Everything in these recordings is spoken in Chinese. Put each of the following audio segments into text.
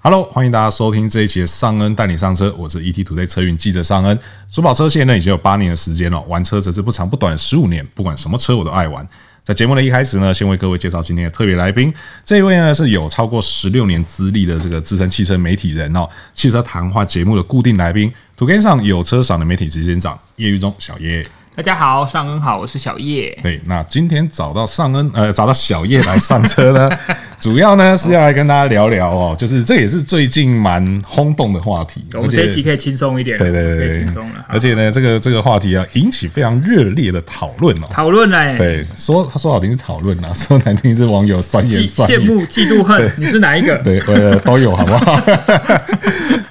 Hello，欢迎大家收听这一期的尚恩带你上车，我是 ETtoday 车运记者尚恩。珠宝车线呢已经有八年的时间了，玩车则是不长不短十五年，不管什么车我都爱玩。在节目的一开始呢，先为各位介绍今天的特别来宾，这一位呢是有超过十六年资历的这个资深汽车媒体人哦，汽车谈话节目的固定来宾，土根上有车赏的媒体执行长叶玉忠小叶。大家好，上恩好，我是小叶。对，那今天找到尚恩，呃，找到小叶来上车 呢，主要呢是要来跟大家聊聊哦，就是这也是最近蛮轰动的话题，哦我们而且这一集可以轻松一点，对对可以对轻对松了，。而且呢，这个这个话题啊，引起非常热烈的讨论哦。讨论嘞，对，说说好听是讨论啊，说难听是网友酸言嫉酸羡语。慕、嫉妒、恨，你是哪一个？对，呃，都有，好不好？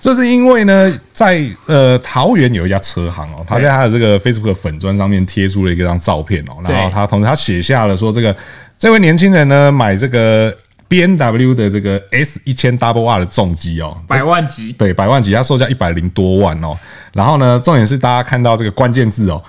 这是因为呢，在呃桃园有一家车行哦，他在他的这个 Facebook 粉砖上面贴出了一张照片哦，然后对他同时他写下了说，这个这位年轻人呢买这个 B N W 的这个 S 一千 Double R 的重机哦，百万级，对，百万级，它售价一百零多万哦。然后呢，重点是大家看到这个关键字哦，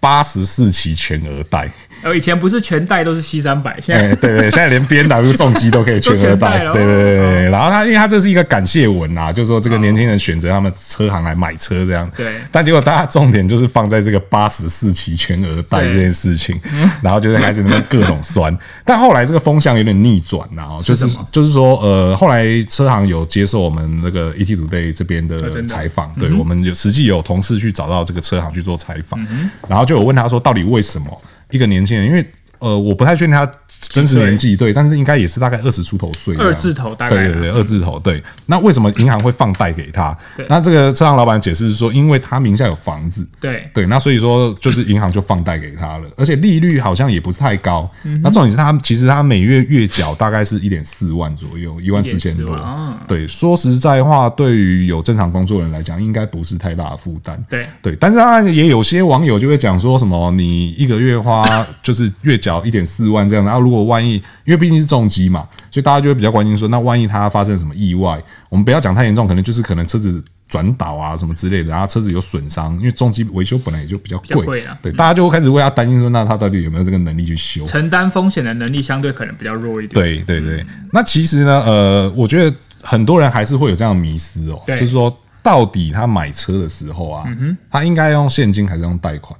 八十四期全额贷。呃，以前不是全带都是 C 三百，现哎、在 对对，现在连 B N W 重机都可以全额贷，都全额贷了哦对对对对对。然后他，因为他这是一个感谢文啊，就是说这个年轻人选择他们车行来买车这样。对但结果大家重点就是放在这个八十四期全额贷对这件事情，然后就是开始那边各种 酸。但后来这个风向有点逆转了哦，就是什么就是说呃，后来车行有接受我们那个 ET Today 这边的啊真的嗯采访，对我们有实际有同事去找到这个车行去做采嗯访，然后就有问他说，到底为什么一个年轻人，因为呃，我不太确定他真实年纪，对，但是应该也是大概二十出头岁这样，二字头大概啊对对对，二字头，对。那为什么银行会放贷给他？那这个车行老板解释是说，因为他名下有房子，对对，那所以说就是银行就放贷给他了，而且利率好像也不是太高。那重点是他其实他每月月缴大概是一点四万左右，一万四千多1.4万啊。对，说实在话，对于有正常工作人来讲，应该不是太大的负担。对对，但是当然也有些网友就会讲说什么，你一个月花 就是月缴一点四万这样，啊然后如果万一，因为毕竟是重机嘛，所以大家就会比较关心说，那万一它发生什么意外，我们不要讲太严重，可能就是可能车子。转倒啊，什么之类的，然后车子有损伤，因为重机维修本来也就比较较贵，贵啊对，大家就会开始为他担心说，那他到底有没有这个能力去修？承担风险的能力相对可能比较弱一点。对对对，那其实呢，呃，我觉得很多人还是会有这样的迷思哦，就对嗯是说，到底他买车的时候啊，他应该用现金还是用贷款？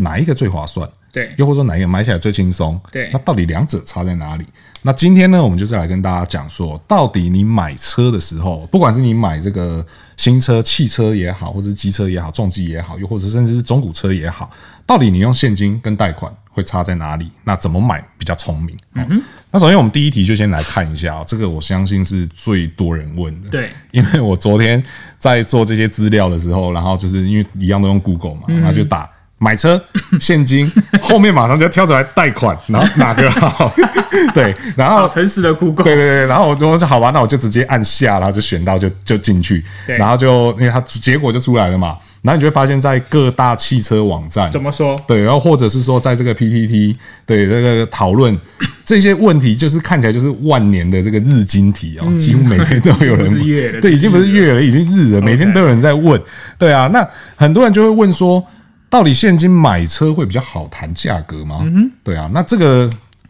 哪一个最划算？对又或者说哪一个买起来最轻松？对那到底两者差在哪里？那今天呢，我们就是来跟大家讲说，到底你买车的时候，不管是你买这个新车、汽车也好，或者是机车也好、重机也好，又或者甚至是中古车也好，到底你用现金跟贷款会差在哪里？那怎么买比较聪明？嗯那首先我们第一题就先来看一下、哦，这个我相信是最多人问的。对 因为我昨天在做这些资料的时候，然后就是因为一样都用 Google 嘛，嗯然后就打买车现 金，后面马上就跳出来贷款，然后哪个好？ 对，然后好诚实的 Google，对对对，然后我就说好吧，那我就直接按下，然后就选到就就进去，对然后就因为它结果就出来了嘛，然后你就会发现，在各大汽车网站怎么说？对，然后或者是说，在这个 PPT 对这个讨论这些问题，就是看起来就是万年的这个日经题哦，几乎每天都有人嗯 不是月了对，已经不是月了，已经日了，每天都有人在问。对啊，那很多人就会问说，到底现金买车会比较好谈价格吗？嗯对啊，那这个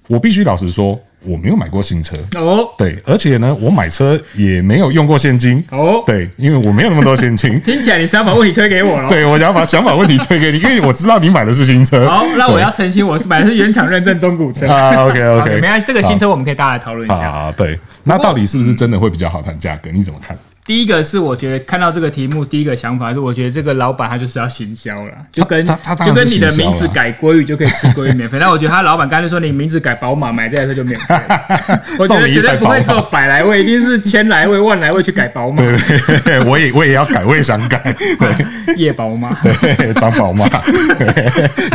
我必须老实说，我没有买过新车。哦对，而且呢，我买车也没有用过现金。哦，。对，因为我没有那么多现金 听起来你是要把问题推给我了。对，我想把想把问题推给你，因为我知道你买的是新车。好，那我要澄清，我是买的是原厂认证中古车。 啊，OK 好的 OK，没关系，这个新车我们可以大家来讨论一下。啊，对，那到底是不是真的会比较好谈价格？你怎么看？第一个是我觉得看到这个题目，第一个想法是，我觉得这个老板他就是要行销啦，就跟他他他当就然是跟你的名行销字啦改鲑鱼就可以吃鲑鱼免费，但我觉得他老板干脆说你名字改宝马，买这台车就免费了。 我觉送得你绝一对台不宝会做马。百来位，一定是千来位、万来位去改宝马，对， 我也我也要改，我也想改，夜宝马。对，张宝 马，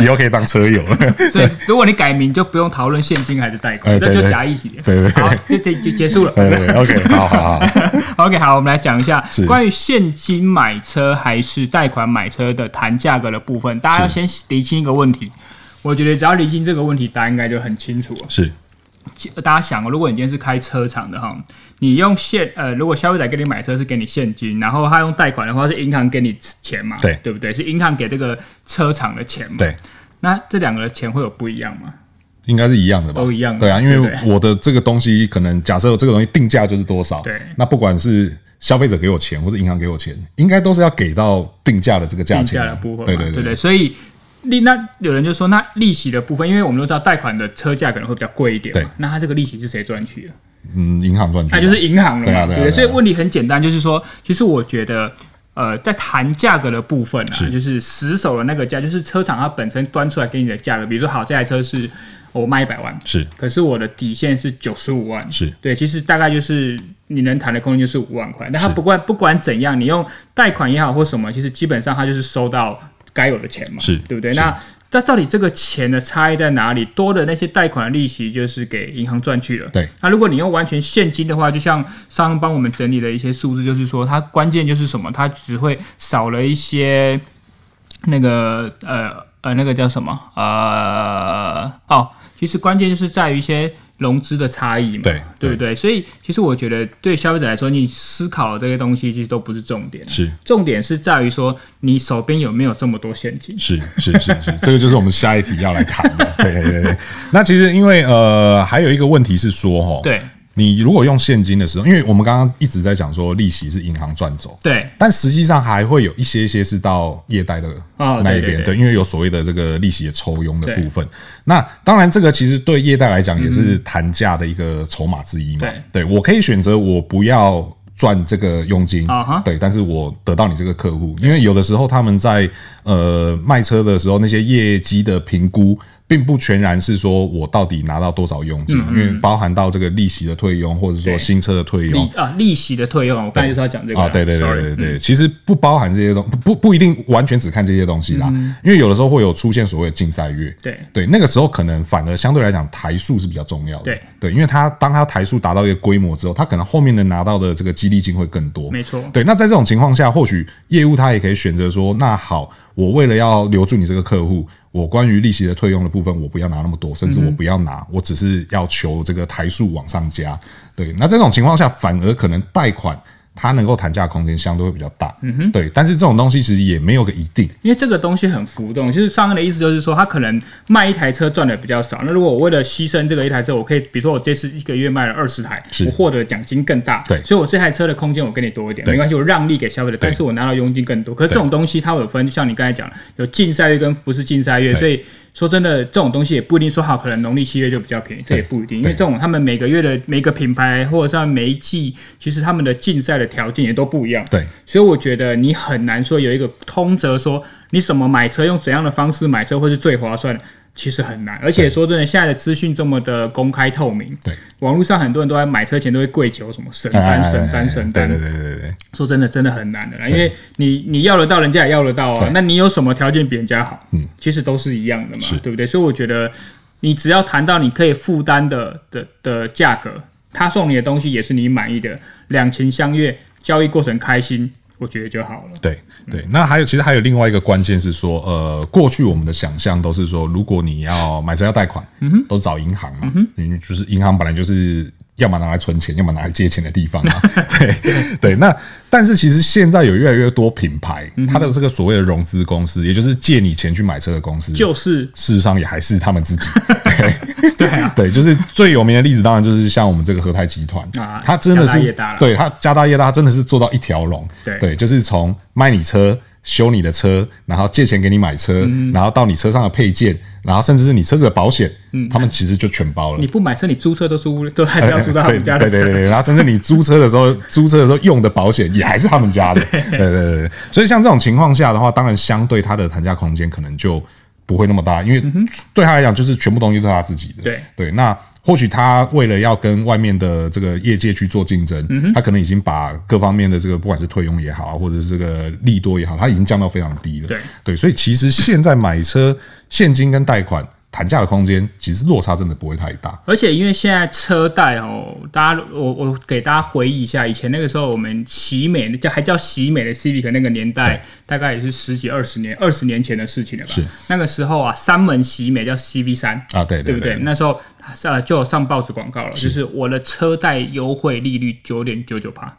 以后可以当车友了。所以如果你改名，就不用讨论现金还是贷款哎，这对就对假议题了。对对对好，就这就结束了。对对对，OK，好好好， OK，好，我们来讲一下啊是关于现金买车还是贷款买车的谈价格的部分，大家要先理清一个问题。我觉得只要理清这个问题，大家应该就很清楚了。是其大家想哦，如果你今天是开车厂的哈，你用现呃，如果消费者给你买车是给你现金，然后他用贷款的话是银行给你钱嘛，对对不对？是银行给这个车厂的钱嘛？。对，那这两个的钱会有不一样吗？应该是哦一样的吧？都一样的对啊，因对为不我的这个东西可能假设这个东西定价就是多少，对那不管是消费者给我钱或者银行给我钱，应该都是要给到定价的这个价定钱啊、价的部分嘛，对对对对，所以利那有人就说，那利息的部分，因为我们都知道贷款的车价可能会比较贵一点嘛对，那它这个利息是谁赚去的？嗯，银行赚取，那就是银行了嘛，对啊对对啊不对啊所以问题很简单，就是说，其实我觉得。呃，在谈价格的部分啊，是就是死守的那个价，就是车厂它本身端出来给你的价格。比如说，好，这台车是哦我卖一百万，是可是我的底线是九十五万，是对，其实大概就是你能谈的空间就是五万块，但他不管不管怎样，你用贷款也好或什么，其实基本上他就是收到该有的钱嘛，是对不对？是那那到底这个钱的差异在哪里？多的那些贷款的利息就是给银行赚去了，对。那如果你用完全现金的话，就像上帮我们整理的一些数字，就是说它关键就是什么，它只会少了一些那个呃呃那个叫什么呃哦，其实关键就是在于一些融资的差异嘛，对对不对？所以其实我觉得对消费者来说，你思考的这些东西其实都不是重点，啊是重点是在于说你手边有没有这么多现金。是是是是，这个就是我们下一题要来谈的。对对对对，那其实因为呃，还有一个问题是说，哈，对你如果用现金的时候，因为我们刚刚一直在讲说利息是银行赚走，对，但实际上还会有一些些是到业贷的哦那一对对边，对对，因为有所谓的这个利息的抽佣的对部分。那当然，这个其实对业贷来讲也是谈价的一个筹码之一嘛。对我可以选择我不要赚这个佣金啊哈，对，但是我得到你这个客户，因为有的时候他们在呃卖车的时候，那些业绩的评估。并不全然是说我到底拿到多少佣金，因为包含到这个利息的退佣，或者说嗯对新车的退佣利，啊利息的退用，我刚才就是要讲这个啊，对对对 sorry 对对对，其实不包含这些东，不不不一定完全只看这些东西啦，因为有的时候会有出现所谓的竞赛月，对对，那个时候可能反而相对来讲台数是比较重要的，对对，因为他当他台数达到一个规模之后，他可能后面能拿到的这个激励金会更多，没错对，那在这种情况下，或许业务他也可以选择说，那好，我为了要留住你这个客户，我关于利息的退用的部分，我不要拿那么多，甚至我不要拿，我只是要求这个台数往上加。对，那这种情况下，反而可能贷款它能够谈价空间相对会比较大。嗯哼，对，但是这种东西其实也没有个一定。因为这个东西很浮动，就是上恩的意思就是说，他可能卖一台车赚的比较少。那如果我为了牺牲这个一台车，我可以，比如说我这次一个月卖了二十台，是我获得的奖金更大，对所以我这台车的空间我给你多一点，对没关系，我让利给消费者，但是我拿到佣金更多。可是这种东西它有分，就像你刚才讲的，有竞赛月跟不是竞赛月，对所以。说真的，这种东西也不一定说好，可能农历七月就比较便宜，这也不一定，因为对这种他们每个月的每个品牌或者是他们每一季，其实他们的竞赛的条件也都不一样。对，所以我觉得你很难说有一个通则，说你怎么买车，用怎样的方式买车会是最划算的，其实很难。而且说真的，现在的资讯这么的公开透明，对，网络上很多人都在买车前都会跪求什么神哎单、神单、神对单对，对对对对，说真的，真的很难的啦，因为你你要得到，人家也要得到啊对。那你有什么条件比人家好？嗯，其实都是一样的嘛是，对不对？所以我觉得，你只要谈到你可以负担的的的价格，他送你的东西也是你满意的，两情相悦，交易过程开心，我觉得就好了。对对，那还有其实还有另外一个关键是说，呃，过去我们的想象都是说，如果你要买车要贷款，嗯都是找银行嘛，嗯，就是银行本来就是。要么拿来存钱，要么拿来借钱的地方 嘛。对对，那但是其实现在有越来越多品牌，嗯它的这个所谓的融资公司，也就是借你钱去买车的公司，就是事实上也还是他们自 己。对对、啊对，就是最有名的例子，当然就是像我们这个和泰集团啊它真的家大是业大啦对它家大业大，它真的是做到一条龙。对就是从卖你车。修你的车，然后借钱给你买车，嗯然后到你车上的配件，然后甚至是你车子的保险，他们其实就全包了。嗯你不买车，你租车都租都还是要租到他们家的对对对车。对，然后甚至你租车的时候， 租车的时候用的保险也还是他们家的。对对对对，所以像这种情况下的话，当然相对它的谈价空间可能就不会那么大，因为对他来讲就是全部东西都是他自己的。嗯对对，那。或许他为了要跟外面的这个业界去做竞争，嗯他可能已经把各方面的这个不管是退佣也好啊，或者是这个利多也好，他已经降到非常低了。对对，所以其实现在买车现金跟贷款谈价的空间，其实落差真的不会太大。而且因为现在车贷哦，大家我我给大家回忆一下，以前那个时候我们喜美叫还叫喜美的 Civic 那个年代，大概也是十几二十年二十年前的事情了吧？是那个时候啊，三门喜美叫 CV 三啊对对对不对对？那时候呃就有上报纸广告了，就是我的车贷优惠利率九点九九八，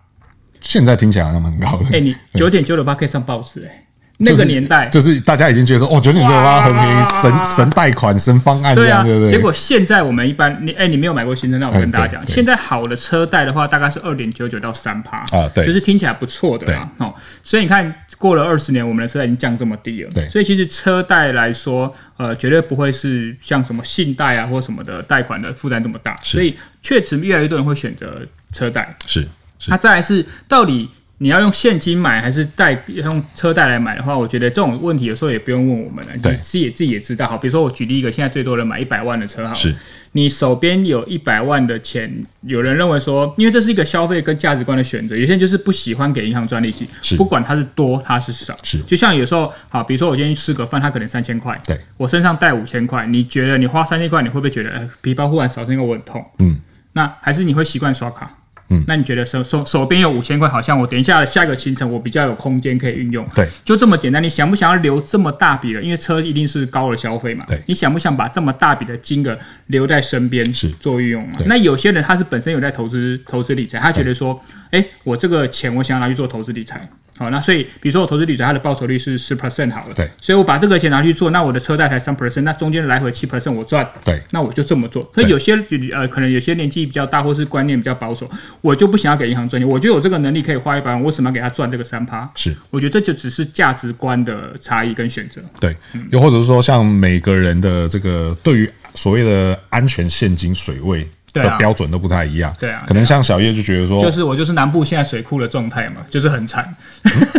现在听起来好像蛮高的。哎、你九点九九八可以上报纸哎、那嗯就是个年代，就是大家已经觉得说，哦，九点九九八哇很便宜，神神贷款、神方案这对啊，样，对不对？结果现在我们一般，你哎、你没有买过新车，那我哎跟大家对讲，对现在好的车贷的话，大概是二点九九到三趴啊对就是听起来不错的啦。哦，所以你看，过了二十年，我们的车贷已经降这么低了。对所以其实车贷来说，呃，绝对不会是像什么信贷啊或什么的贷款的负担这么大，所以确实越来越多人会选择车贷。是是那再来是到底你要用现金买还是贷用车贷来买的话，我觉得这种问题有时候也不用问我们了，你对自己也自己也知道。好，比如说我举例一个，现在最多人买一百万的车好了，是你手边有一百万的钱，有人认为说，因为这是一个消费跟价值观的选择，有些人就是不喜欢给银行赚利息是，不管它是多它是少，是就像有时候好，比如说我今天去吃个饭，他可能三千块，对我身上带五千块，你觉得你花三千块，你会不会觉得、呃皮包忽然少三千块我很痛？嗯，那还是你会习惯刷卡？嗯，那你觉得手手手边有五千块，好像我等一下下个行程我比较有空间可以运用，对，就这么简单。你想不想要留这么大笔的？因为车一定是高额消费嘛，对你想不想把这么大笔的金额留在身边是做运用嘛对？那有些人他是本身有在投资投资理财，他觉得说，哎，我这个钱我想要拿去做投资理财。好，那所以比如说我投资理财，它的报酬率是十 percent 好了，对所以我把这个钱拿去做，那我的车贷才三 percent，那中间来回七 percent 我赚，对那我就这么做。所以有些呃，可能有些年纪比较大，或是观念比较保守，我就不想要给银行赚钱，我就有这个能力可以花一百万，我为什么要给他赚这个三趴？是。我觉得这就只是价值观的差异跟选择。对，嗯又或者是说，像每个人的这个对于所谓的安全现金水位对的啊标准都不太一样。对啊可能像小叶就觉得说，就是我就是南部现在水库的状态嘛，就是很惨。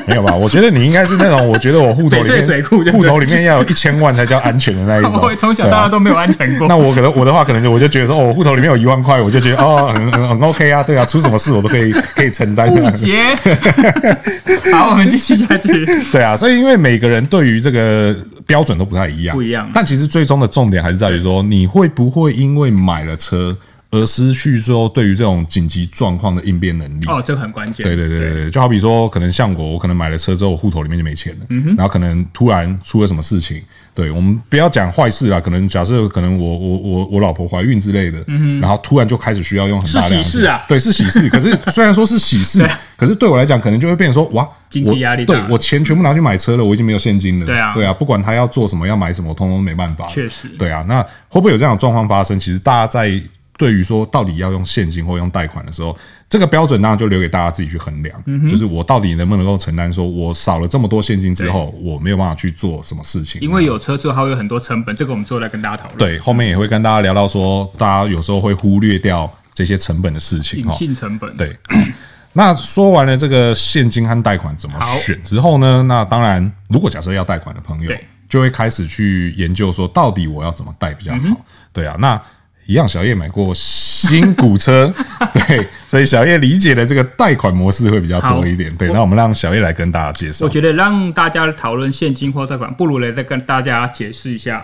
没有吧？我觉得你应该是那种，我觉得我户头里 翡翠面水库对不对户头里面要有一千万才叫安全的那一 我种。从小对啊啊到大都没有安全 过。那我可能我的话，可能就我就觉得说，哦，我户头里面有一万块，我就觉得哦，很很很 OK 啊，对啊，出什么事我都可 以可以承担。啊 误解。好，我们继续下去。对啊，所以因为每个人对于这个标准都不太一样，不一样但其实最终的重点还是在于说，你会不会因为买了车而失去最后对于这种紧急状况的应变能力？哦，这个很关键。对对对对对，就好比说，可能像我，我可能买了车之后，我户头里面就没钱了，嗯然后可能突然出了什么事情，对我们不要讲坏事啦，可能假设可能我我我我老婆怀孕之类的，然后突然就开始需要用很大量的嗯是喜事啊对，是喜事，可 是虽然说是喜事，可是对我来讲，可能就会变成说哇。经济我压力大对我钱全部拿去买车了，我已经没有现金了。对啊对啊，不管他要做什么，要买什么，我通通没办法。确实对啊，那会不会有这样的状况发生？其实大家在对于说到底要用现金或用贷款的时候，这个标准当然就留给大家自己去衡量，嗯就是我到底能不能够承担，说我少了这么多现金之后，我没有办法去做什么事情。因为有车之后还会有很多成本，这个我们之后来跟大家讨论。对后面也会跟大家聊到说，大家有时候会忽略掉这些成本的事情哦隐哈。性成本。对，那说完了这个现金和贷款怎么好选之后呢？那当然，如果假设要贷款的朋友对，就会开始去研究说，到底我要怎么贷比较好？嗯对啊，那一样，小叶买过新股 车，对，所以小叶理解的这个贷款模式会比较多一点。对，那我们让小叶来跟大家介绍我。觉得让大家讨论现金或贷款，不如来再跟大家解释一下，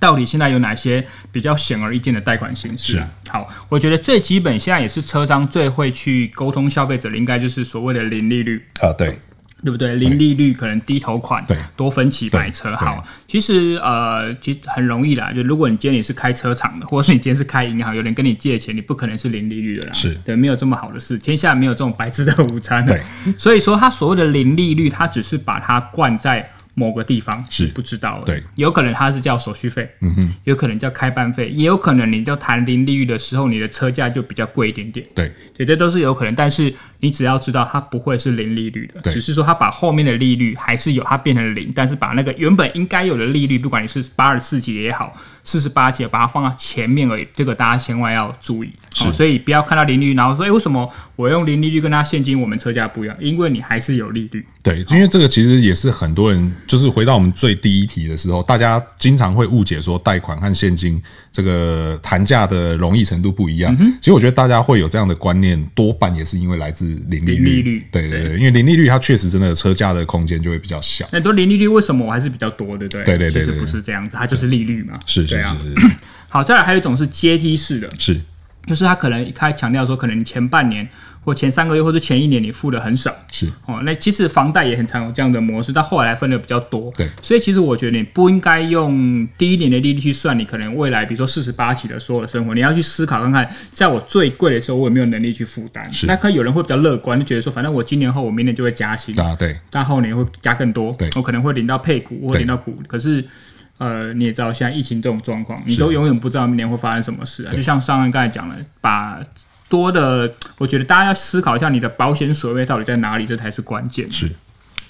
到底现在有哪些比较显而易见的贷款形式、啊。好，我觉得最基本现在也是车商最会去沟通消费者的，应该就是所谓的零利率。啊，对，对不对？零利率可能低头款对，多分期买车对好。其实呃，其实很容易啦。就如果你今天也是开车厂的，或者是你今天是开银行，有人跟你借钱，你不可能是零利率的啦。是对，没有这么好的事，天下没有这种白吃的午餐的对。所以说，它所谓的零利率，它只是把它灌在。某个地方是你不知道的，对，有可能它是叫手续费，嗯哼，有可能叫开办费，也有可能你叫谈零利率的时候，你的车价就比较贵一点点，对，对，这都是有可能，但是你只要知道它不会是零利率的，对只是说它把后面的利率还是有，它变成零，但是把那个原本应该有的利率，不管你是八十四级也好，四十八级，把它放到前面而已，这个大家千万要注意。是哦，所以不要看到零利率，然后说，哎，为什么我用零利率跟它现金，我们车价不一样？因为你还是有利率。对，因为这个其实也是很多人，就是回到我们最第一题的时候，大家经常会误解说贷款和现金这个谈价的容易程度不一嗯样。其实我觉得大家会有这样的观念，多半也是因为来自零利率。零利率对对对，因为零利率它确实真的车价的空间就会比较小。那你说零利率为什么我还是比较多，对不对？对对对其实对不是这样子，它就是利率嘛。是是对是啊。是好，再来还有一种是阶梯式的，是，就是他可能他强调说，可能你前半年或前三个月或者前一年你付的很少，是哦，那其实房贷也很常有这样的模式，到后来分的比较多。对所以其实我觉得你不应该用第一年的利率去算你可能未来，比如说四十八期的所有的生活，你要去思考看看，在我最贵的时候，我有没有能力去负担？是那可能有人会比较乐观，就觉得说，反正我今年后我明年就会加薪，啊，对，但后年会加更多，对我可能会领到配股或对领到股，可是。呃，你也知道，现在疫情这种状况，你都永远不知道明年会发生什么事啊。就像上恩刚才讲了，把多的，我觉得大家要思考一下你的保险水位到底在哪里，这才是关键。是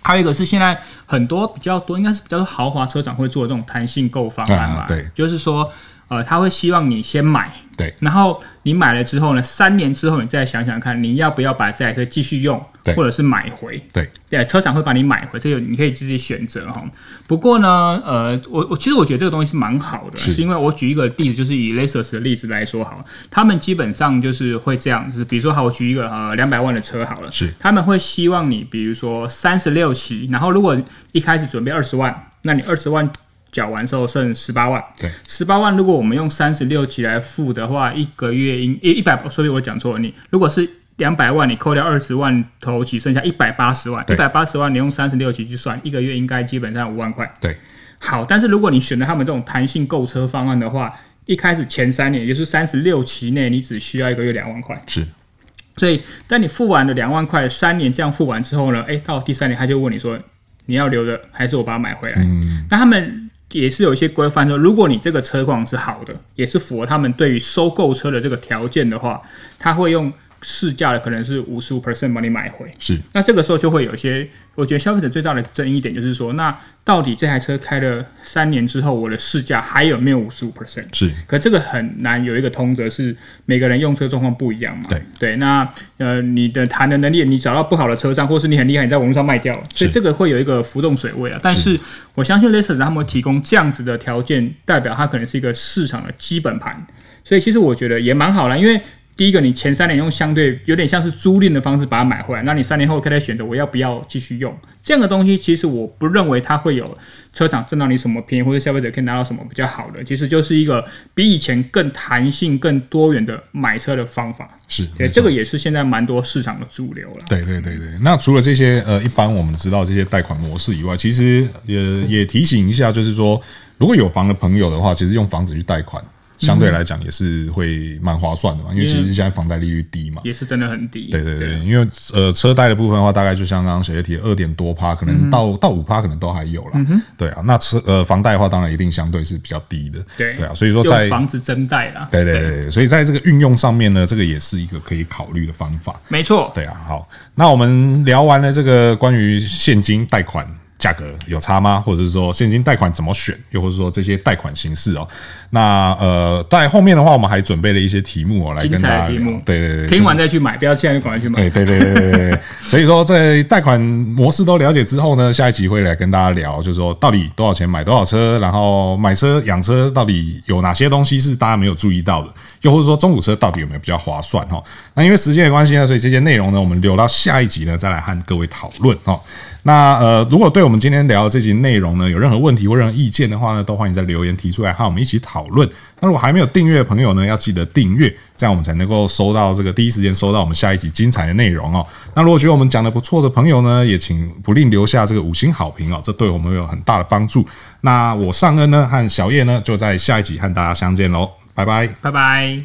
还有一个是现在很多比较多，应该是比较多豪华车厂会做的这种弹性购方案吧、啊对就是说，呃，他会希望你先买，对，然后你买了之后呢，三年之后你再想想看，你要不要把这台车继续用对，或者是买回，对，对，车厂会把你买回，这个你可以自己选择哈。不过呢，呃，我我其实我觉得这个东西是蛮好的，是是因为我举一个例子，就是以 Lexus 的例子来说好了，他们基本上就是会这样，就是比如说好，我举一个呃两百万的车好了，是他们会希望你比如说三十六期，然后如果一开始准备二十万，那你二十万。缴完之后剩十八万，对，十八万如果我们用三十六期来付的话，一个月应一一百，所以我讲错了，你如果是两百万，你扣掉二十万头期，剩下一百八十万，一对百八十万你用三十六期去算，一个月应该基本上五万块。对，好，但是如果你选择他们这种弹性购车方案的话，一开始前三年，也就是三十六期内，你只需要一个月两万块。是所以，当你付完了两万块，三年这样付完之后呢，诶，到第三年他就问你说，你要留着还是我把它买回来？那他们也是有一些规范说，如果你这个车况是好的，也是符合他们对于收购车的这个条件的话，他会用市价的可能是五十五 percent 把你买回。是那这个时候就会有一些，我觉得消费者最大的争议点就是说，那到底这台车开了三年之后，我的市价还有没有五十五 percent？是可这个很难有一个通则，是每个人用车状况不一样嘛？对那呃，你的谈的能力，你找到不好的车商，或是你很厉害，你在网络上卖掉，所以这个会有一个浮动水位啊。但是我相信 Lexus 他们提供这样子的条件，代表它可能是一个市场的基本盘，所以其实我觉得也蛮好啦，因为。第一个，你前三年用相对有点像是租赁的方式把它买回来，那你三年后可以再选择我要不要继续用这样的东西。其实我不认为它会有车厂挣到你什么便宜，或者消费者可以拿到什么比较好的，其实就是一个比以前更弹性、更多元的买车的方法。是，对，这个也是现在蛮多市场的主流了。对对对对，那除了这些呃，一般我们知道这些贷款模式以外，其实也也提醒一下，就是说，如果有房的朋友的话，其实用房子去贷款，相对来讲也是会蛮划算的嘛，因嗯为其实现在房贷利率低嘛。也是真的很低，对对对，因为呃车贷的部分的话，大概就像刚刚小叶提二点多趴，可能嗯到、到五趴可能都还有啦。对啊，那车呃房贷的话，当然一定相对是比较低的。对对啊，所以说在用房子增贷啦，对对对对，所以在这个运用上面呢，这个也是一个可以考虑的方法。没错。对啊，好，那我们聊完了这个关于现金贷款价格有差吗？或者是说现金贷款怎么选，又或者说这些贷款形式哦。那呃，在后面的话，我们还准备了一些题目哦，来跟精大彩的家题聊目对对对，听完再去买，不要现在就赶快去买。哎，对对对对对对，所以说在贷款模式都了解之后呢，下一集会来跟大家聊，就是说到底多少钱买多少车，然后买车养车到底有哪些东西是大家没有注意到的，又或者说中古车到底有没有比较划算哈？那因为时间的关系呢，所以这些内容呢，我们留到下一集呢再来和各位讨论哈。那呃，如果对我们今天聊的这集内容呢有任何问题或任何意见的话呢，都欢迎在留言提出来，和我们一起讨论。那如果还没有订阅的朋友呢，要记得订阅，这样我们才能够收到这个第一时间收到我们下一集精彩的内容哦。那如果觉得我们讲的不错的朋友呢，也请不吝留下这个五星好评哦，这对我们有很大的帮助。那我尚恩呢和小叶呢，就在下一集和大家相见喽，拜拜。拜拜。